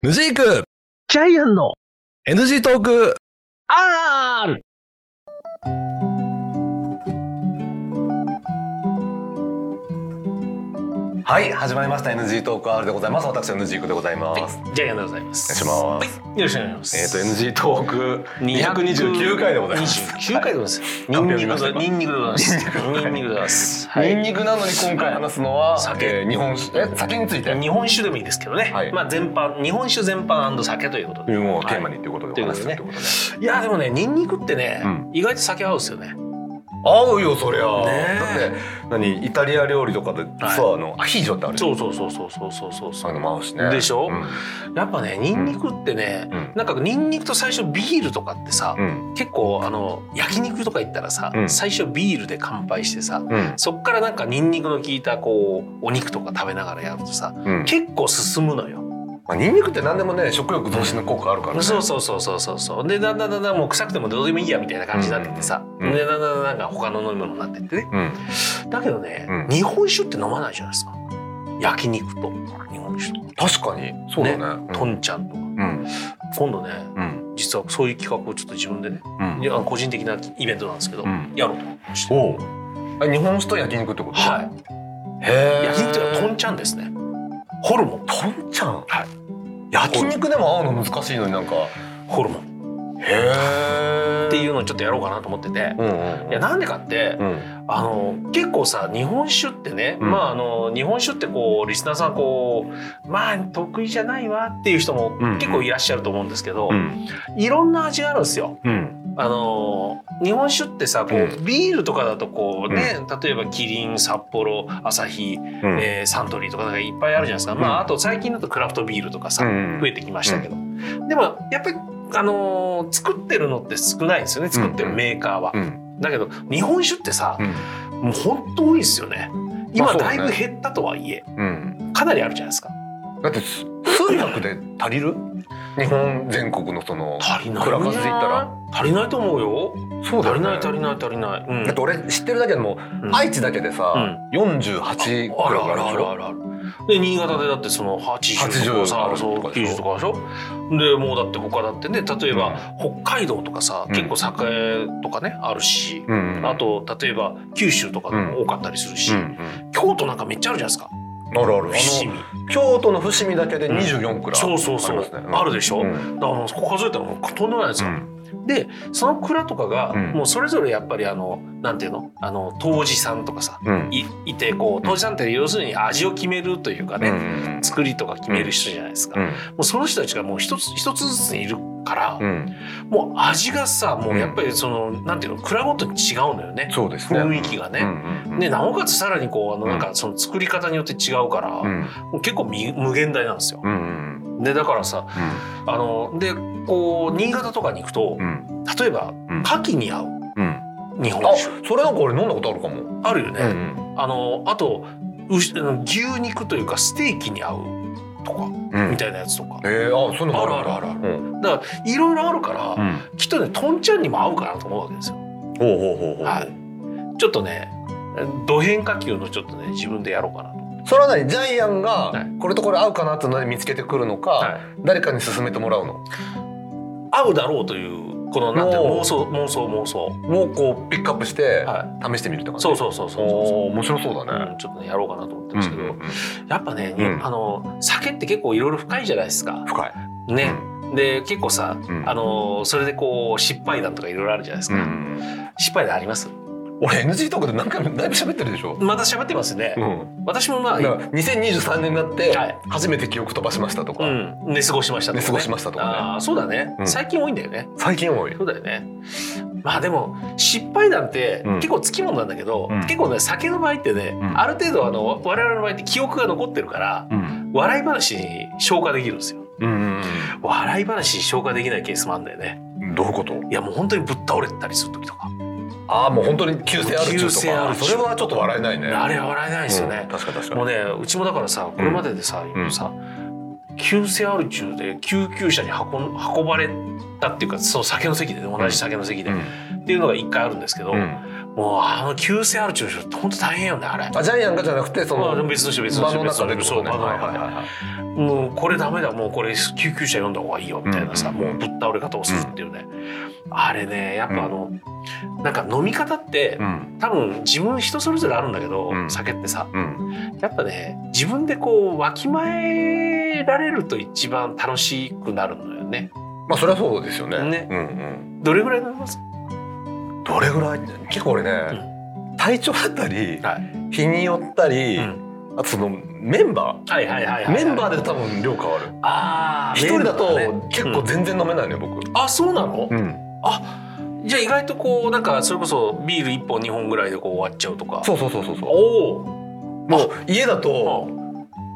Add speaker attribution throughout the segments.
Speaker 1: ヌジーク
Speaker 2: ジャイアンの
Speaker 1: NG トーク
Speaker 2: R!
Speaker 1: はい、始まりました NG トーク R でございます。私、NG クでございます。
Speaker 2: ジャイアンでございます。
Speaker 1: お願いします
Speaker 2: はい。よろしくお願いします。
Speaker 1: えっ、と、NG トーク229回でございます。
Speaker 2: 29回でございます。
Speaker 1: 発
Speaker 2: ニン
Speaker 1: 表
Speaker 2: ニ
Speaker 1: 見ま
Speaker 2: ク
Speaker 1: した
Speaker 2: で
Speaker 1: か
Speaker 2: ニンニクでございます。ニンニクでございます。は
Speaker 1: ニン
Speaker 2: い。
Speaker 1: ニクなのに今回話すのは、
Speaker 2: 酒
Speaker 1: えー日本酒、え、酒について、
Speaker 2: 日本酒でもいいですけどね。
Speaker 1: はい
Speaker 2: まあ全般日本酒全般酒ということ
Speaker 1: とい
Speaker 2: で。
Speaker 1: うものをテーマにということでお
Speaker 2: はい
Speaker 1: 話しするということで。
Speaker 2: いやでもねニンニクってね、
Speaker 1: うん
Speaker 2: 意外と酒合うですよね。
Speaker 1: 合うよ、そりゃ。
Speaker 2: ねえ
Speaker 1: だって、何、イタリア料理とかで、
Speaker 2: い
Speaker 1: そう、あの、アヒージョってあるじゃん
Speaker 2: そうそうそうそうそうそうそう
Speaker 1: そういうのも合うしね。
Speaker 2: でしょ
Speaker 1: うん
Speaker 2: やっぱねニンニクってね、
Speaker 1: うん
Speaker 2: なんかニンニクと最初ビールとかってさ、
Speaker 1: うん。
Speaker 2: 結構あの焼肉とか行ったらさ、
Speaker 1: うん
Speaker 2: 最初ビールで乾杯してさ、
Speaker 1: うん。
Speaker 2: そっからなんかニンニクの効いたこうお肉とか食べながらやるとさ
Speaker 1: うん。
Speaker 2: 結構進むのよ、
Speaker 1: まあ、ニンニクって何でもね、食欲増進の効果あるからね。
Speaker 2: そうそうそうそうそうそうでだんだんだんだんもう臭くてもどうでもいいやみたいな感じになってってさ、
Speaker 1: うんうん
Speaker 2: でだんだんだんだんなんか他の飲み物になってってね
Speaker 1: うん。
Speaker 2: だけどね、
Speaker 1: うん
Speaker 2: 日本酒って飲まないじゃないですか焼肉と日本酒と
Speaker 1: 確かに。そうだね。うん
Speaker 2: とんちゃんとか
Speaker 1: うん。
Speaker 2: 今度ね
Speaker 1: うん。
Speaker 2: 実はそういう企画をちょっと自分でね、
Speaker 1: うん
Speaker 2: いや個人的なイベントなんですけど、
Speaker 1: うん
Speaker 2: やろうと思いまして
Speaker 1: おうあ日本酒と焼肉ってこと
Speaker 2: はい
Speaker 1: い。へえ。
Speaker 2: 焼肉というのはとんちゃんですねホルモン
Speaker 1: とんちゃん。
Speaker 2: はい。
Speaker 1: 焼肉でも合うの難しいのになんか。へ
Speaker 2: ホルモン
Speaker 1: え。。
Speaker 2: っていううのをちょっとやろうかなと思ってて
Speaker 1: う、んうんうん。
Speaker 2: いやなんでかって、
Speaker 1: うん。
Speaker 2: あの結構さ日本酒ってね、
Speaker 1: うん
Speaker 2: まああの日本酒ってこうリスナーさんこうまあ得意じゃないわっていう人も
Speaker 1: うん
Speaker 2: 結構いらっしゃると思うんですけど、
Speaker 1: うん。
Speaker 2: いろんな味があるんですよ。
Speaker 1: うん。
Speaker 2: あの日本酒ってさこう、
Speaker 1: う
Speaker 2: ビールとかだとこうね、例えばキリン札幌朝日、
Speaker 1: うん。
Speaker 2: えーサントリーとかなんかいっぱいあるじゃないですか、ま
Speaker 1: うん
Speaker 2: あ、あと最近だとクラフトビールとかさ、
Speaker 1: うん
Speaker 2: 増えてきましたけど、でもやっぱり、あのー作ってるのって少ないんですよね作ってるメーカーは、
Speaker 1: うん。
Speaker 2: だけど日本酒ってさ
Speaker 1: う、ん。
Speaker 2: もう本当多いですよね
Speaker 1: まあ
Speaker 2: 今
Speaker 1: そう
Speaker 2: だ
Speaker 1: ね
Speaker 2: いぶ減ったとはいえ
Speaker 1: うん。
Speaker 2: かなりあるじゃないですか
Speaker 1: だってす数百で足りる？日本全国のその
Speaker 2: 足りない
Speaker 1: クラブで言ったら
Speaker 2: 足りないと思うよ
Speaker 1: そうだ
Speaker 2: 足
Speaker 1: よ
Speaker 2: り
Speaker 1: ね
Speaker 2: ない足りない足りない、うん、
Speaker 1: だって俺知ってるだけでも
Speaker 2: うん
Speaker 1: 愛知だけでさ
Speaker 2: うん
Speaker 1: 48
Speaker 2: あ
Speaker 1: ク
Speaker 2: る
Speaker 1: ラブ
Speaker 2: あ
Speaker 1: あ
Speaker 2: るあ
Speaker 1: るでし
Speaker 2: る
Speaker 1: ょ
Speaker 2: あるあるで新潟でだってその80とかさ
Speaker 1: 80ある
Speaker 2: そう
Speaker 1: とかでしょ
Speaker 2: 90とかでしょでもうだって他だってね例えば、北海道とかさ
Speaker 1: うん
Speaker 2: 結構酒とかね、あるし、
Speaker 1: うんうん
Speaker 2: あと例えば九州とかでも多かったりするし、
Speaker 1: うんうん
Speaker 2: 京都なんかめっちゃあるじゃないですか
Speaker 1: あるある
Speaker 2: 伏
Speaker 1: あ
Speaker 2: 見
Speaker 1: の京都の伏見だけで24くらい
Speaker 2: そうそうそうあ,、
Speaker 1: りますね
Speaker 2: るでしょ、
Speaker 1: う
Speaker 2: だ
Speaker 1: ん
Speaker 2: からもうそこ数えたらもうとんでもないですよ、でその蔵とかが
Speaker 1: うん
Speaker 2: もうそれぞれやっぱりあのなんていうのあの杜氏さんとかさ
Speaker 1: うん
Speaker 2: いいてこう杜氏さんって要するに味を決めるというかね、
Speaker 1: うんうん
Speaker 2: 作りとか決める人じゃないですか、
Speaker 1: う
Speaker 2: も
Speaker 1: ん
Speaker 2: うその人たちがもう一つ一つずつにいるから、
Speaker 1: うん
Speaker 2: もう味がさもうやっぱりその、なんていうの蔵ごとに違うのよね。
Speaker 1: そうですね
Speaker 2: 雰囲気がね
Speaker 1: うんうんうん
Speaker 2: でなおかつさらにこうあのなんかその作り方によって違うから、
Speaker 1: うん
Speaker 2: もう結構み無限大なんですよ。
Speaker 1: うんうん
Speaker 2: でだからさあのでこう新潟とかに行くと
Speaker 1: うんうん
Speaker 2: 例えば
Speaker 1: うん
Speaker 2: 牡蠣に合う
Speaker 1: うん
Speaker 2: 日本
Speaker 1: あ
Speaker 2: 酒
Speaker 1: それなんか俺飲んだことあるかも
Speaker 2: あるよ
Speaker 1: うんう
Speaker 2: ね。
Speaker 1: ん
Speaker 2: あのあとうしあの牛肉というかステーキに合うとか
Speaker 1: うん
Speaker 2: みたいなやつとか。
Speaker 1: えーあそういうのも
Speaker 2: あるあるあ
Speaker 1: るうん
Speaker 2: だからいろいろあるから。
Speaker 1: うん
Speaker 2: きっとねとんちゃんにも合うかなと思うわけですよ。
Speaker 1: ほうほうほうほう
Speaker 2: はい。ちょっとね、土変化球のちょっとね自分でやろうかなと。
Speaker 1: それは何ジャイアンが
Speaker 2: はい
Speaker 1: これとこれ合うかなってので見つけてくるのか誰かに勧めてもらうの
Speaker 2: 合うだろうというこのなんていう
Speaker 1: おー
Speaker 2: の妄想妄想妄想。
Speaker 1: もうこうピックアップして
Speaker 2: は
Speaker 1: 試してみると
Speaker 2: い。
Speaker 1: かね
Speaker 2: そうそうそうそうそう
Speaker 1: おー面白そうだ
Speaker 2: う
Speaker 1: ね
Speaker 2: んちょっとねやろうかなと思ってますけど、
Speaker 1: うんうんうん
Speaker 2: やっぱね、
Speaker 1: うん
Speaker 2: あの酒って結構いろいろ深いじゃないですか。
Speaker 1: 深い
Speaker 2: ね。で結構さ、
Speaker 1: うん
Speaker 2: あのそれでこう失敗談とかいろいろあるじゃないです
Speaker 1: う
Speaker 2: か、
Speaker 1: ん
Speaker 2: 失敗談あります
Speaker 1: 俺 NG トークで何回もだいぶ喋ってるでしょ
Speaker 2: また喋ってますね、
Speaker 1: うん
Speaker 2: 私もまあ、
Speaker 1: だから2023年になって
Speaker 2: はい
Speaker 1: 初めて記憶飛ばしましたとか
Speaker 2: うん、寝過ごしましたとか、ね、
Speaker 1: 寝過ごしましたとかね
Speaker 2: あーそうだね、
Speaker 1: うん
Speaker 2: 最近多いんだよね
Speaker 1: 最近多い
Speaker 2: そうだよね。まあでも失敗談って
Speaker 1: うん
Speaker 2: 結構つきものなんだけど、
Speaker 1: うん
Speaker 2: 結構ね酒の場合ってね、
Speaker 1: うん
Speaker 2: ある程度あの我々の場合って記憶が残ってるから
Speaker 1: うん
Speaker 2: 笑い話に消化できるんですよ。
Speaker 1: うん
Speaker 2: 笑い話に消化できないケースもあるんだよね。
Speaker 1: うんどういうこと
Speaker 2: いやもう本当にぶっ倒れたりする時とか、
Speaker 1: ああもう本当に急性アル中
Speaker 2: 急
Speaker 1: と
Speaker 2: 性ア
Speaker 1: か
Speaker 2: ル中
Speaker 1: それはちょっと笑えないね
Speaker 2: あれは笑えないですよ
Speaker 1: うん
Speaker 2: ね。
Speaker 1: 確か確か
Speaker 2: もうねうちもだからさこれまででさ、
Speaker 1: ん
Speaker 2: さ急性アル中で救急車に運ん運ばれたっていうかその酒の席でね同じ酒の席で、
Speaker 1: うん
Speaker 2: っていうのが一回あるんですけど、
Speaker 1: うん
Speaker 2: もうあの急性アルチの人って本当大変よねあれ。
Speaker 1: あジャイアンがじゃなくてそ
Speaker 2: まあ
Speaker 1: の
Speaker 2: でも別の人別の
Speaker 1: 場
Speaker 2: 人
Speaker 1: の中でって
Speaker 2: そ
Speaker 1: こ
Speaker 2: う
Speaker 1: とね
Speaker 2: 場の中で、
Speaker 1: はい
Speaker 2: もうこれダメだもうこれ救急車呼んだ方がいいよみたいなさ、
Speaker 1: うん
Speaker 2: もうぶっ倒れ方をするっていうね、あれねやっぱあの、なんか飲み方って
Speaker 1: うん
Speaker 2: 多分自分人それぞれあるんだけど、
Speaker 1: うん
Speaker 2: 酒ってさ
Speaker 1: うん
Speaker 2: やっぱね自分でこうわきまえられると一番楽しくなるのよね
Speaker 1: まあそれはそうですよね
Speaker 2: ね
Speaker 1: うん
Speaker 2: どれぐらい飲みます
Speaker 1: うん、どれぐらい結構俺ね、体調だったり
Speaker 2: はい、
Speaker 1: 日によったり、
Speaker 2: うん
Speaker 1: あとそのメンバ
Speaker 2: はいはいはいは
Speaker 1: ー、
Speaker 2: い
Speaker 1: メンバーで多分量変わる
Speaker 2: ああ
Speaker 1: 一人だと
Speaker 2: メンバーね
Speaker 1: 結構全然飲めないのよ僕
Speaker 2: あそうなの、
Speaker 1: うん
Speaker 2: あじゃあ意外とこうなんかそれこそビール1本2本ぐらいでこう終わっちゃうとか
Speaker 1: そうそうそうそうそう
Speaker 2: おお
Speaker 1: もう家だと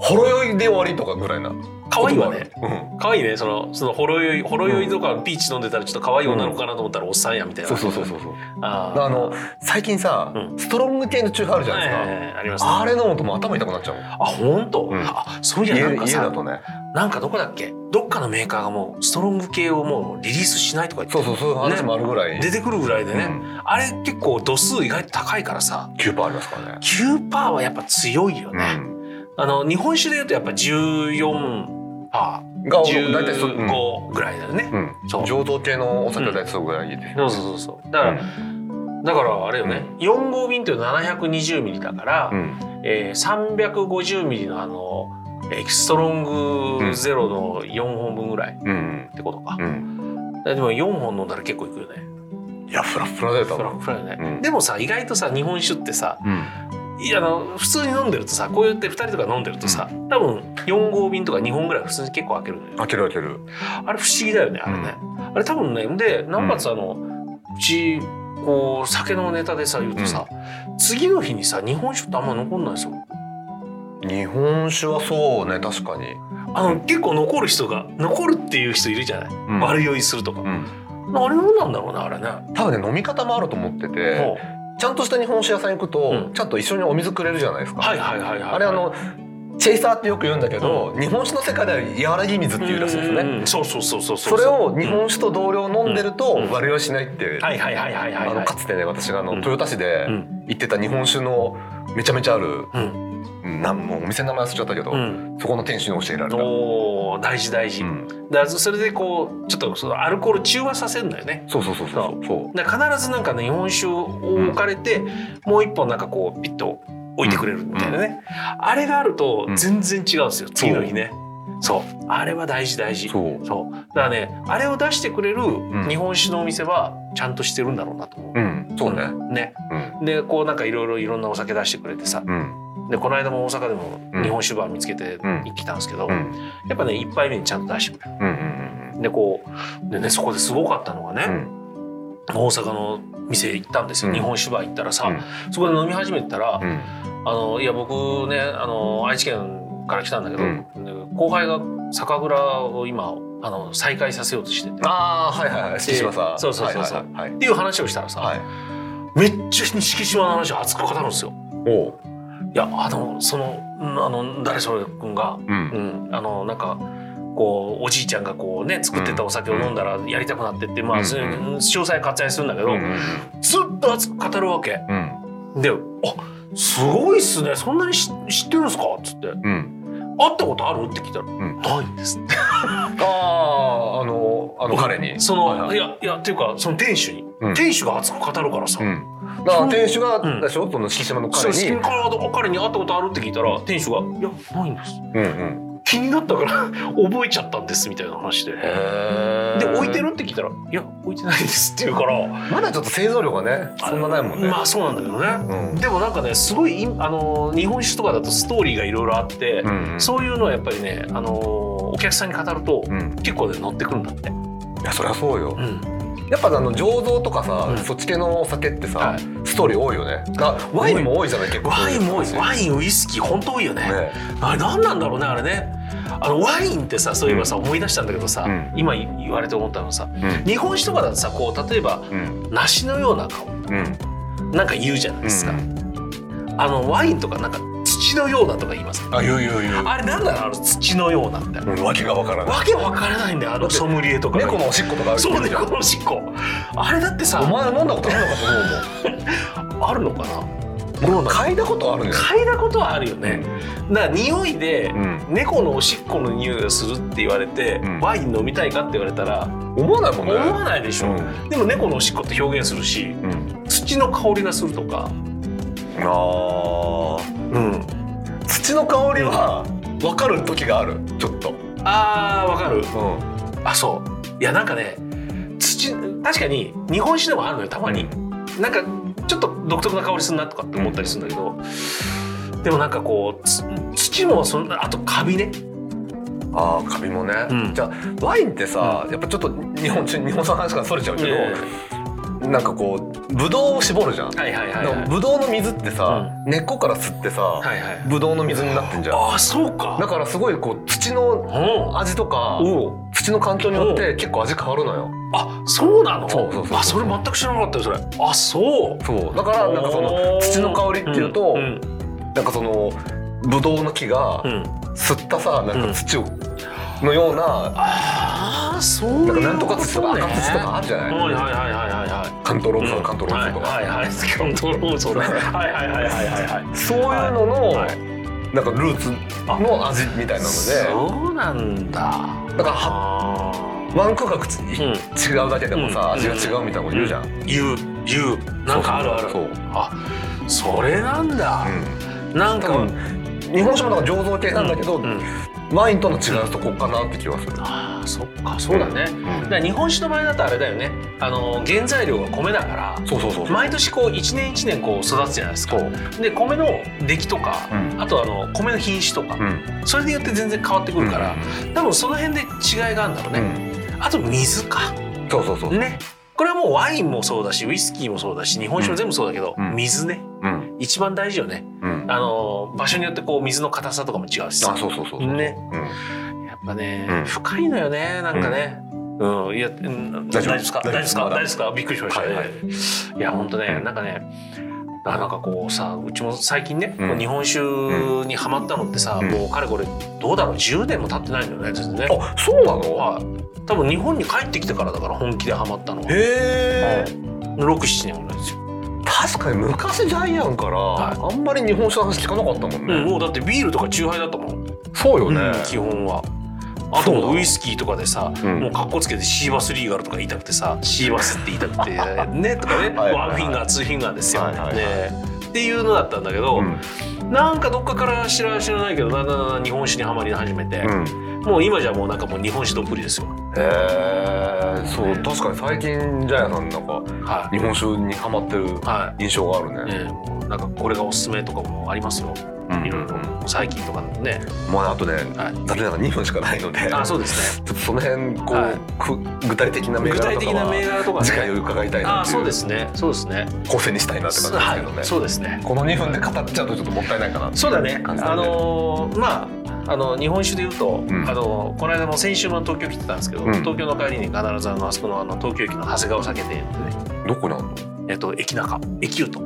Speaker 1: ほろ酔いで終わりとかぐらいな
Speaker 2: 可愛いわね
Speaker 1: こともあるうん
Speaker 2: 可愛いねそのそのほろ酔いほろ酔いとかビーチ飲んでたらちょっと可愛い女の子かなと思ったらおっさんやみたいな、
Speaker 1: そうそうそうそうそう
Speaker 2: あー
Speaker 1: あの最近さ、
Speaker 2: うん
Speaker 1: ストロング系のチューハーあるじゃな
Speaker 2: はいい
Speaker 1: ですか、
Speaker 2: はいはいありますね
Speaker 1: あれ飲むともう頭痛くなっちゃう
Speaker 2: あ本当、
Speaker 1: うん
Speaker 2: あそういや
Speaker 1: 家
Speaker 2: なんか
Speaker 1: 家だ
Speaker 2: さ
Speaker 1: とね
Speaker 2: なんかどこだっけどっかのメーカーがもうストロング系をもうリリースしないとか言って
Speaker 1: そうそうそういう話もあるぐらい、
Speaker 2: 出てくるぐらいでね、
Speaker 1: うん
Speaker 2: あれ結構度数意外と高いからさ
Speaker 1: 9%ありますからね
Speaker 2: 9%はやっぱ強いよね、あの日本酒でいうとやっぱ14パ
Speaker 1: うんが
Speaker 2: ー
Speaker 1: 大体そう、うん
Speaker 2: 15ぐらいだよね、
Speaker 1: うん、
Speaker 2: そう
Speaker 1: 醸造系のお酒は大体そうぐらいですよ、
Speaker 2: そうそうそうそうだから、だからあれよね、4合瓶っていうのは720ミリだから、
Speaker 1: うん
Speaker 2: えー、350ミリのあのエキストロングゼロの4本分ぐらいっ
Speaker 1: うんうん
Speaker 2: てことか、
Speaker 1: うん
Speaker 2: でも4本飲んだら結構いくよね
Speaker 1: いやフラフラだよ
Speaker 2: フ
Speaker 1: 多
Speaker 2: ラ
Speaker 1: 分
Speaker 2: フラよね、
Speaker 1: うん
Speaker 2: でもさ意外とさ日本酒ってさ
Speaker 1: うん
Speaker 2: いやあの普通に飲んでるとさこうやって2人とか飲んでるとさ、多分4合瓶とか2本ぐらい普通に結構開けるのよ
Speaker 1: 開ける開ける
Speaker 2: あれ不思議だよねあれね、あれ多分ねでなおかつあの、うちこう酒のネタでさ言うとさ、次の日にさ日本酒ってあんま残んないですよ
Speaker 1: 日本酒はそうね確かに、
Speaker 2: あの結構残る人が残るっていう人いるじゃない、
Speaker 1: うん
Speaker 2: 悪酔いするとか、
Speaker 1: うん、
Speaker 2: あれ何なんだろうなあれね、
Speaker 1: 多分ね飲み方もあると思ってて
Speaker 2: ほう
Speaker 1: ちゃんとした日本酒屋さん行くと、
Speaker 2: うん
Speaker 1: ちゃんと一緒にお水くれるじゃないですか、
Speaker 2: はいはいはいはい
Speaker 1: あれあのチェイサーってよく言うんだけど、日本酒の世界では柔らぎ水っていうらしいですね、
Speaker 2: うんうんうんそうそうそうそう
Speaker 1: それを日本酒と同量飲んでると
Speaker 2: うん
Speaker 1: 割りはしないって、
Speaker 2: はいはいはいはいはい
Speaker 1: あ
Speaker 2: は
Speaker 1: の
Speaker 2: い
Speaker 1: かつてね私があの
Speaker 2: うん
Speaker 1: 豊田市で
Speaker 2: うん
Speaker 1: 行ってた日本酒のめちゃめちゃある、
Speaker 2: うん
Speaker 1: なんもうお店の名前忘れちゃったけど、
Speaker 2: うん
Speaker 1: そこの店主に教えられた、う
Speaker 2: おー大事大事、
Speaker 1: ん、
Speaker 2: だからそれでこうちょっとそのアルコール中和させるんだよね
Speaker 1: そうそうそうそうそう
Speaker 2: だから必ずなんかね日本酒を置かれて、もう一本なんかこうピッと置いてくれるみたいなね、あれがあると
Speaker 1: うん
Speaker 2: 全然違うんですよ、次の日ねそうあれは大事大事そう
Speaker 1: そう
Speaker 2: だからねあれを出してくれる
Speaker 1: ん
Speaker 2: 日本酒のお店はちゃんとしてるんだろうなと思う、
Speaker 1: うんそうね
Speaker 2: ね
Speaker 1: うん
Speaker 2: でこうなんかいろいろいろんなお酒出してくれてさ
Speaker 1: うん
Speaker 2: でこの間も大阪でも日本酒バー見つけて
Speaker 1: うん
Speaker 2: 行ってきたんですけど、
Speaker 1: うん
Speaker 2: やっぱね一杯目にちゃんと出してくれ
Speaker 1: うんうん
Speaker 2: るでこうでねそこですごかったのがね、
Speaker 1: うんうん
Speaker 2: 大阪の店行ったんですよ、
Speaker 1: うん
Speaker 2: 日本酒バー行ったらさ、
Speaker 1: うん
Speaker 2: そこで飲み始めたら、
Speaker 1: うん
Speaker 2: あのいや僕ねあの愛知県から来たんだけど、
Speaker 1: う
Speaker 2: で後輩が酒蔵を今あの再開させようとしててっ
Speaker 1: ああはいはいはい敷島さん
Speaker 2: そうそうそうそう
Speaker 1: はい
Speaker 2: ていう話をしたらさ、
Speaker 1: はいはい、はい、
Speaker 2: めっちゃ錦島の話を熱く語るんですよ。
Speaker 1: おう
Speaker 2: いやあのそのうんあの誰それ君が、
Speaker 1: う
Speaker 2: うんん、あのなんかこうおじいちゃんがこうね作ってたお酒を飲んだらやりたくなってって、まあ、
Speaker 1: うん
Speaker 2: そういう詳細割愛するんだけど、
Speaker 1: うんうん
Speaker 2: ずっと熱く語るわけ。
Speaker 1: うん
Speaker 2: で「あすごいっすねそんなにし知ってるんですか?」っつって「会
Speaker 1: うん
Speaker 2: ったことある?」って聞いたら「
Speaker 1: ん
Speaker 2: ないんです」って
Speaker 1: あああのあの彼に
Speaker 2: その、
Speaker 1: はいいはい
Speaker 2: やいやっていうかその店主に、
Speaker 1: うん
Speaker 2: 店主が熱く語るからさ、
Speaker 1: うん、だから店主が、
Speaker 2: うん
Speaker 1: でしょその敷島の
Speaker 2: そ
Speaker 1: 彼
Speaker 2: のスキ
Speaker 1: に
Speaker 2: ン、カード彼に会ったことあるって聞いたら店主が「いやないんです
Speaker 1: うんうん、」
Speaker 2: 気になったから 覚えちゃったんですみたいな話で。で置いてるって聞いたら「いや置いてないです」って言うから
Speaker 1: まだちょっと製造量がねそんなないもんね、
Speaker 2: まあそうなんだけどね、
Speaker 1: うん
Speaker 2: でもなんかねすごいいあの日本酒とかだとストーリーがいろいろあって、
Speaker 1: うんうん
Speaker 2: そういうのはやっぱりねあのお客さんに語ると、
Speaker 1: うん、
Speaker 2: 結構ね乗ってくるんだって。
Speaker 1: いやそりゃそうよ、
Speaker 2: ん。
Speaker 1: やっぱあの醸造とかさ、
Speaker 2: うん
Speaker 1: そっち系のお酒ってさ、
Speaker 2: はい
Speaker 1: ストーリー多いよねがワインも多いじゃない結構
Speaker 2: ワインも多い。
Speaker 1: ね
Speaker 2: ワインウイスキー本当多いよね。あれ何なんだろうねあれね。あのワインってさそういえばさ、思い出したんだけどさ、
Speaker 1: うん
Speaker 2: 今言われて思ったのさ
Speaker 1: うん
Speaker 2: 日本酒とかだとさこう例えば
Speaker 1: うん
Speaker 2: 梨のような顔
Speaker 1: うん
Speaker 2: なんか言うじゃないですか。
Speaker 1: うん
Speaker 2: あのワインとかなんか土土のようなとか言いますけど
Speaker 1: あいやいやいや
Speaker 2: あれなんだろうあの土のようなって
Speaker 1: うんわけがわからない
Speaker 2: わけわからないんだよあのソムリエとかが
Speaker 1: 猫のおしっことかある
Speaker 2: そう
Speaker 1: じゃ
Speaker 2: 猫
Speaker 1: ん
Speaker 2: のおしっこあれだって
Speaker 1: お
Speaker 2: さ
Speaker 1: 前飲んだことあるのかと思うもん
Speaker 2: あるのかなどうなの
Speaker 1: 嗅いだことあるんだよ
Speaker 2: 嗅いだことはあるよね、だから匂いで
Speaker 1: うん
Speaker 2: 猫のおしっこの匂いがするって言われて、
Speaker 1: うん
Speaker 2: ワイン飲みたいかって言われたら
Speaker 1: 思わないもんね
Speaker 2: 思わないでしょ、でも猫のおしっこって表現するし
Speaker 1: うんうん
Speaker 2: 土の香りがするとか、
Speaker 1: あ
Speaker 2: うん、
Speaker 1: ー土の香りは分かる時があるちょっと
Speaker 2: あーわかる
Speaker 1: うん
Speaker 2: あそういやなんかね土確かに日本酒でもあるのよたまに、なんかちょっと独特な香りするなとかって思ったりするんだけど、でもなんかこうつ土もそんなあとカビね
Speaker 1: ああカビもね、
Speaker 2: うん
Speaker 1: じゃあワインってさ、やっぱちょっと日本中日本産の話からそれちゃうけど、
Speaker 2: え
Speaker 1: なんかこうブドウを絞るじゃん、
Speaker 2: えはいはいはい
Speaker 1: で
Speaker 2: はい
Speaker 1: もブドウの水ってさ、根っこから吸ってさ、
Speaker 2: はいはい
Speaker 1: ブドウの水になってんじゃん
Speaker 2: ああそうか
Speaker 1: だからすごいこう土の
Speaker 2: うん
Speaker 1: 味とか
Speaker 2: おう
Speaker 1: 土の環境によって結構味変わるのよ
Speaker 2: あそうなの
Speaker 1: そうそうそうそう
Speaker 2: あそれ全く知らなかったよそれあそう
Speaker 1: そうだからなんかその
Speaker 2: おー
Speaker 1: 土の香りっていうと、
Speaker 2: ん
Speaker 1: なんかそのブドウの木が
Speaker 2: うん
Speaker 1: 吸ったさなん
Speaker 2: うん
Speaker 1: か土を、のような
Speaker 2: ああそういう
Speaker 1: なん
Speaker 2: こ
Speaker 1: か
Speaker 2: とね
Speaker 1: なんとか土とか赤土とかあるじゃない、
Speaker 2: はいはいはいはいはいはい
Speaker 1: カントロールとかカントロールとか、
Speaker 2: はいはいはいカントロールソーだはいはいはいはいはいはい
Speaker 1: そういうのの、
Speaker 2: はい
Speaker 1: なんかルーツの味みたいなの
Speaker 2: そうなんだ
Speaker 1: でだからは
Speaker 2: あ
Speaker 1: ワン空間口
Speaker 2: ーうん
Speaker 1: 違うだけでもさ、
Speaker 2: うん
Speaker 1: 味が違うみたいなこと言うじゃん、
Speaker 2: 言う言うなんかあるある
Speaker 1: そう、うん、
Speaker 2: あそれなんだなん
Speaker 1: 多
Speaker 2: か
Speaker 1: 分日本酒もなんか醸造系なんだけど、
Speaker 2: うん
Speaker 1: ワインとの違うとこかなって気はする、
Speaker 2: あーそっかそうだねだから日本酒の場合だとあれだよねあの原材料が米だから
Speaker 1: そうそうそうそう、
Speaker 2: 毎年こう一年一年こう育つじゃないですかで米の出来とか、
Speaker 1: うん
Speaker 2: あとあの米の品種とか、
Speaker 1: うん、
Speaker 2: それによって全然変わってくるから、多分その辺で違いがあるんだろう
Speaker 1: う
Speaker 2: ね、
Speaker 1: ん、
Speaker 2: あと水か
Speaker 1: そうそうそう、
Speaker 2: ねこれはもうワインもそうだしウイスキーもそうだし日本酒も全部そうだけど、
Speaker 1: うん
Speaker 2: 水ね
Speaker 1: うん
Speaker 2: 一番大事よね
Speaker 1: うん、あ
Speaker 2: あの場所によってこう水の硬さとかも違うし
Speaker 1: そ
Speaker 2: さ
Speaker 1: うそうそうそう、
Speaker 2: ね
Speaker 1: うん
Speaker 2: やっぱね、
Speaker 1: うん
Speaker 2: 深いのよねなんかね、うんいや、うん、大
Speaker 1: 大
Speaker 2: 丈
Speaker 1: 丈夫
Speaker 2: 夫ですか大
Speaker 1: 大
Speaker 2: 丈
Speaker 1: 丈
Speaker 2: 夫
Speaker 1: 夫
Speaker 2: で
Speaker 1: ですす
Speaker 2: か
Speaker 1: ま
Speaker 2: 大丈夫ですか
Speaker 1: だ
Speaker 2: びっくりしましたね、
Speaker 1: はいいはい
Speaker 2: や本当ね、
Speaker 1: うん
Speaker 2: なんかねあなんかこうさうちも最近ね、
Speaker 1: うん
Speaker 2: こう日本酒にハマったのってさ、
Speaker 1: うん
Speaker 2: もうかれこれどうだろう10年も経ってないんだよね全然ね
Speaker 1: あそうなの、
Speaker 2: はい多分日本に帰ってきてからだから本気でハマったのは
Speaker 1: へえ、
Speaker 2: 67年ぐらいですよ、
Speaker 1: 確かに昔ジャイアンから、
Speaker 2: は
Speaker 1: あんまり日本酒の話聞かなかったもんね、
Speaker 2: うんもうだってビールとかチューハイだったもん、
Speaker 1: そうよね、
Speaker 2: うん基本はあと
Speaker 1: そうだわ
Speaker 2: ウイスキーとかでさ、
Speaker 1: うん
Speaker 2: もうかっこつけてシーバスリーガルとか言いたくてさシーバスって言いたくてねとかね
Speaker 1: はいはいはい
Speaker 2: ワンフィンガーツーフィンガーですよ、
Speaker 1: はいはいはい
Speaker 2: ねっていうのだったんだけど、
Speaker 1: うん
Speaker 2: なんかどっかから知ら知らないけどだんだんだんだん日本酒にはまり始めて、
Speaker 1: うん
Speaker 2: もう今じゃもうなんかもう日本酒どっぷりですよ。
Speaker 1: へえそう確かに最近ジャイアンさんなんか
Speaker 2: は
Speaker 1: 日本酒にハマって
Speaker 2: い、
Speaker 1: る
Speaker 2: は
Speaker 1: 印象がある
Speaker 2: いね、
Speaker 1: ね、
Speaker 2: もうなんかこれがおすすめとかもありますよ
Speaker 1: うん
Speaker 2: いろいろ最近とかのね、
Speaker 1: まああとね
Speaker 2: はい、
Speaker 1: 残念ながら2分しかないので
Speaker 2: あそうですね
Speaker 1: ちょっとその辺こう、
Speaker 2: はい
Speaker 1: く具体的な銘
Speaker 2: 具
Speaker 1: 柄
Speaker 2: 体
Speaker 1: とか
Speaker 2: 的な銘
Speaker 1: は
Speaker 2: 柄とか
Speaker 1: 次回
Speaker 2: ね
Speaker 1: 伺いた
Speaker 2: あ
Speaker 1: いな
Speaker 2: あ
Speaker 1: ってい
Speaker 2: そう
Speaker 1: う
Speaker 2: ですねそうですね
Speaker 1: 構成にしたいなって感じですけどね、
Speaker 2: はいそうですね
Speaker 1: この2分で語っちゃうとちょっともったいないかな
Speaker 2: そうだね。
Speaker 1: 感じだ
Speaker 2: あ
Speaker 1: ね
Speaker 2: のーまああの日本酒で言うと、
Speaker 1: うん
Speaker 2: あのこの間も先週も東京来てたんですけど、
Speaker 1: うん
Speaker 2: 東京の帰りに必ずあのあそこのあの東京駅の長谷川酒店ってね、
Speaker 1: どこにあるの
Speaker 2: えっと駅中、駅ゆと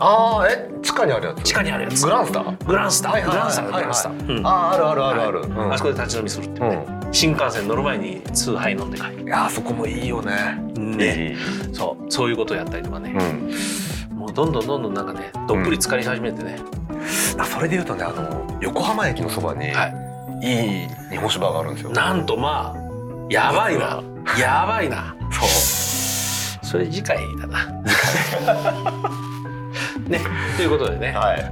Speaker 1: ああえ地下にあるやつ
Speaker 2: 地下にあるやつ。
Speaker 1: グランスター
Speaker 2: グランスタ
Speaker 1: はい
Speaker 2: ー、
Speaker 1: はい
Speaker 2: グ
Speaker 1: はい
Speaker 2: ランスター、グランスター。うん
Speaker 1: あああるあるあるある、うん
Speaker 2: あそこで立ち飲みするっていううね、
Speaker 1: ん
Speaker 2: 新幹線乗る前に通杯飲んで帰る
Speaker 1: いやあそこもいいよね
Speaker 2: ね、そうそういうことをやったりとかね、
Speaker 1: うん
Speaker 2: もうどんどんどんどんなんかねどっぷり浸かり始めてね、
Speaker 1: あそれで言うとねあの横浜駅のそばにいい
Speaker 2: はい
Speaker 1: 日本酒バーがあるんですよ
Speaker 2: なんとまあやばいなやばいな
Speaker 1: そう
Speaker 2: それ次回だな。ね、ということでね、は
Speaker 1: はい
Speaker 2: い、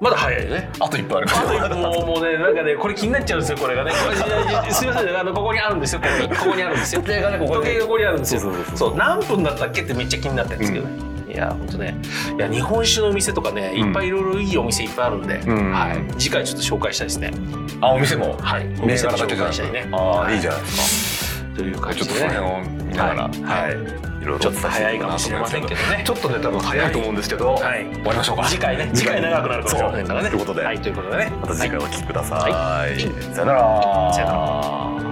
Speaker 2: まだ早いよね。
Speaker 1: あといっぱいありますよ
Speaker 2: あともうもうねなんかねこれ気になっちゃうんですよこれがね。これいやすみませんあのここにあるんですよここに ここにあるんですよ。時計がねここにあるんですよ。
Speaker 1: そ
Speaker 2: そう
Speaker 1: うそうそう
Speaker 2: 何分だったっけってめっちゃ気になってるんですけどね。いや本当ねいや日本酒のお店とかねいっぱいいろいろいいお店いっぱいあるんで、
Speaker 1: ん
Speaker 2: はい、次回ちょっと紹介したいですね。
Speaker 1: あお店も
Speaker 2: はい、お
Speaker 1: 銘
Speaker 2: 店も
Speaker 1: 柄だ
Speaker 2: 紹
Speaker 1: けじゃな
Speaker 2: 介し
Speaker 1: く
Speaker 2: たいね。
Speaker 1: あ
Speaker 2: は
Speaker 1: あいいじゃないです
Speaker 2: という
Speaker 1: か
Speaker 2: 感
Speaker 1: ちょ
Speaker 2: じ
Speaker 1: っと
Speaker 2: で
Speaker 1: その
Speaker 2: ね。
Speaker 1: 辺を見ながら
Speaker 2: はい
Speaker 1: いろいろ
Speaker 2: ちょっと早いかもしれませんけどね。
Speaker 1: ちょっとね多分早いと思うんですけ
Speaker 2: は
Speaker 1: ど
Speaker 2: い
Speaker 1: 終わりましょうか
Speaker 2: 次回ね次回長くなるかもしれませんからね
Speaker 1: そうということで
Speaker 2: はいということでね
Speaker 1: また次回お聞きください
Speaker 2: はい
Speaker 1: さよなら
Speaker 2: さよな
Speaker 1: ら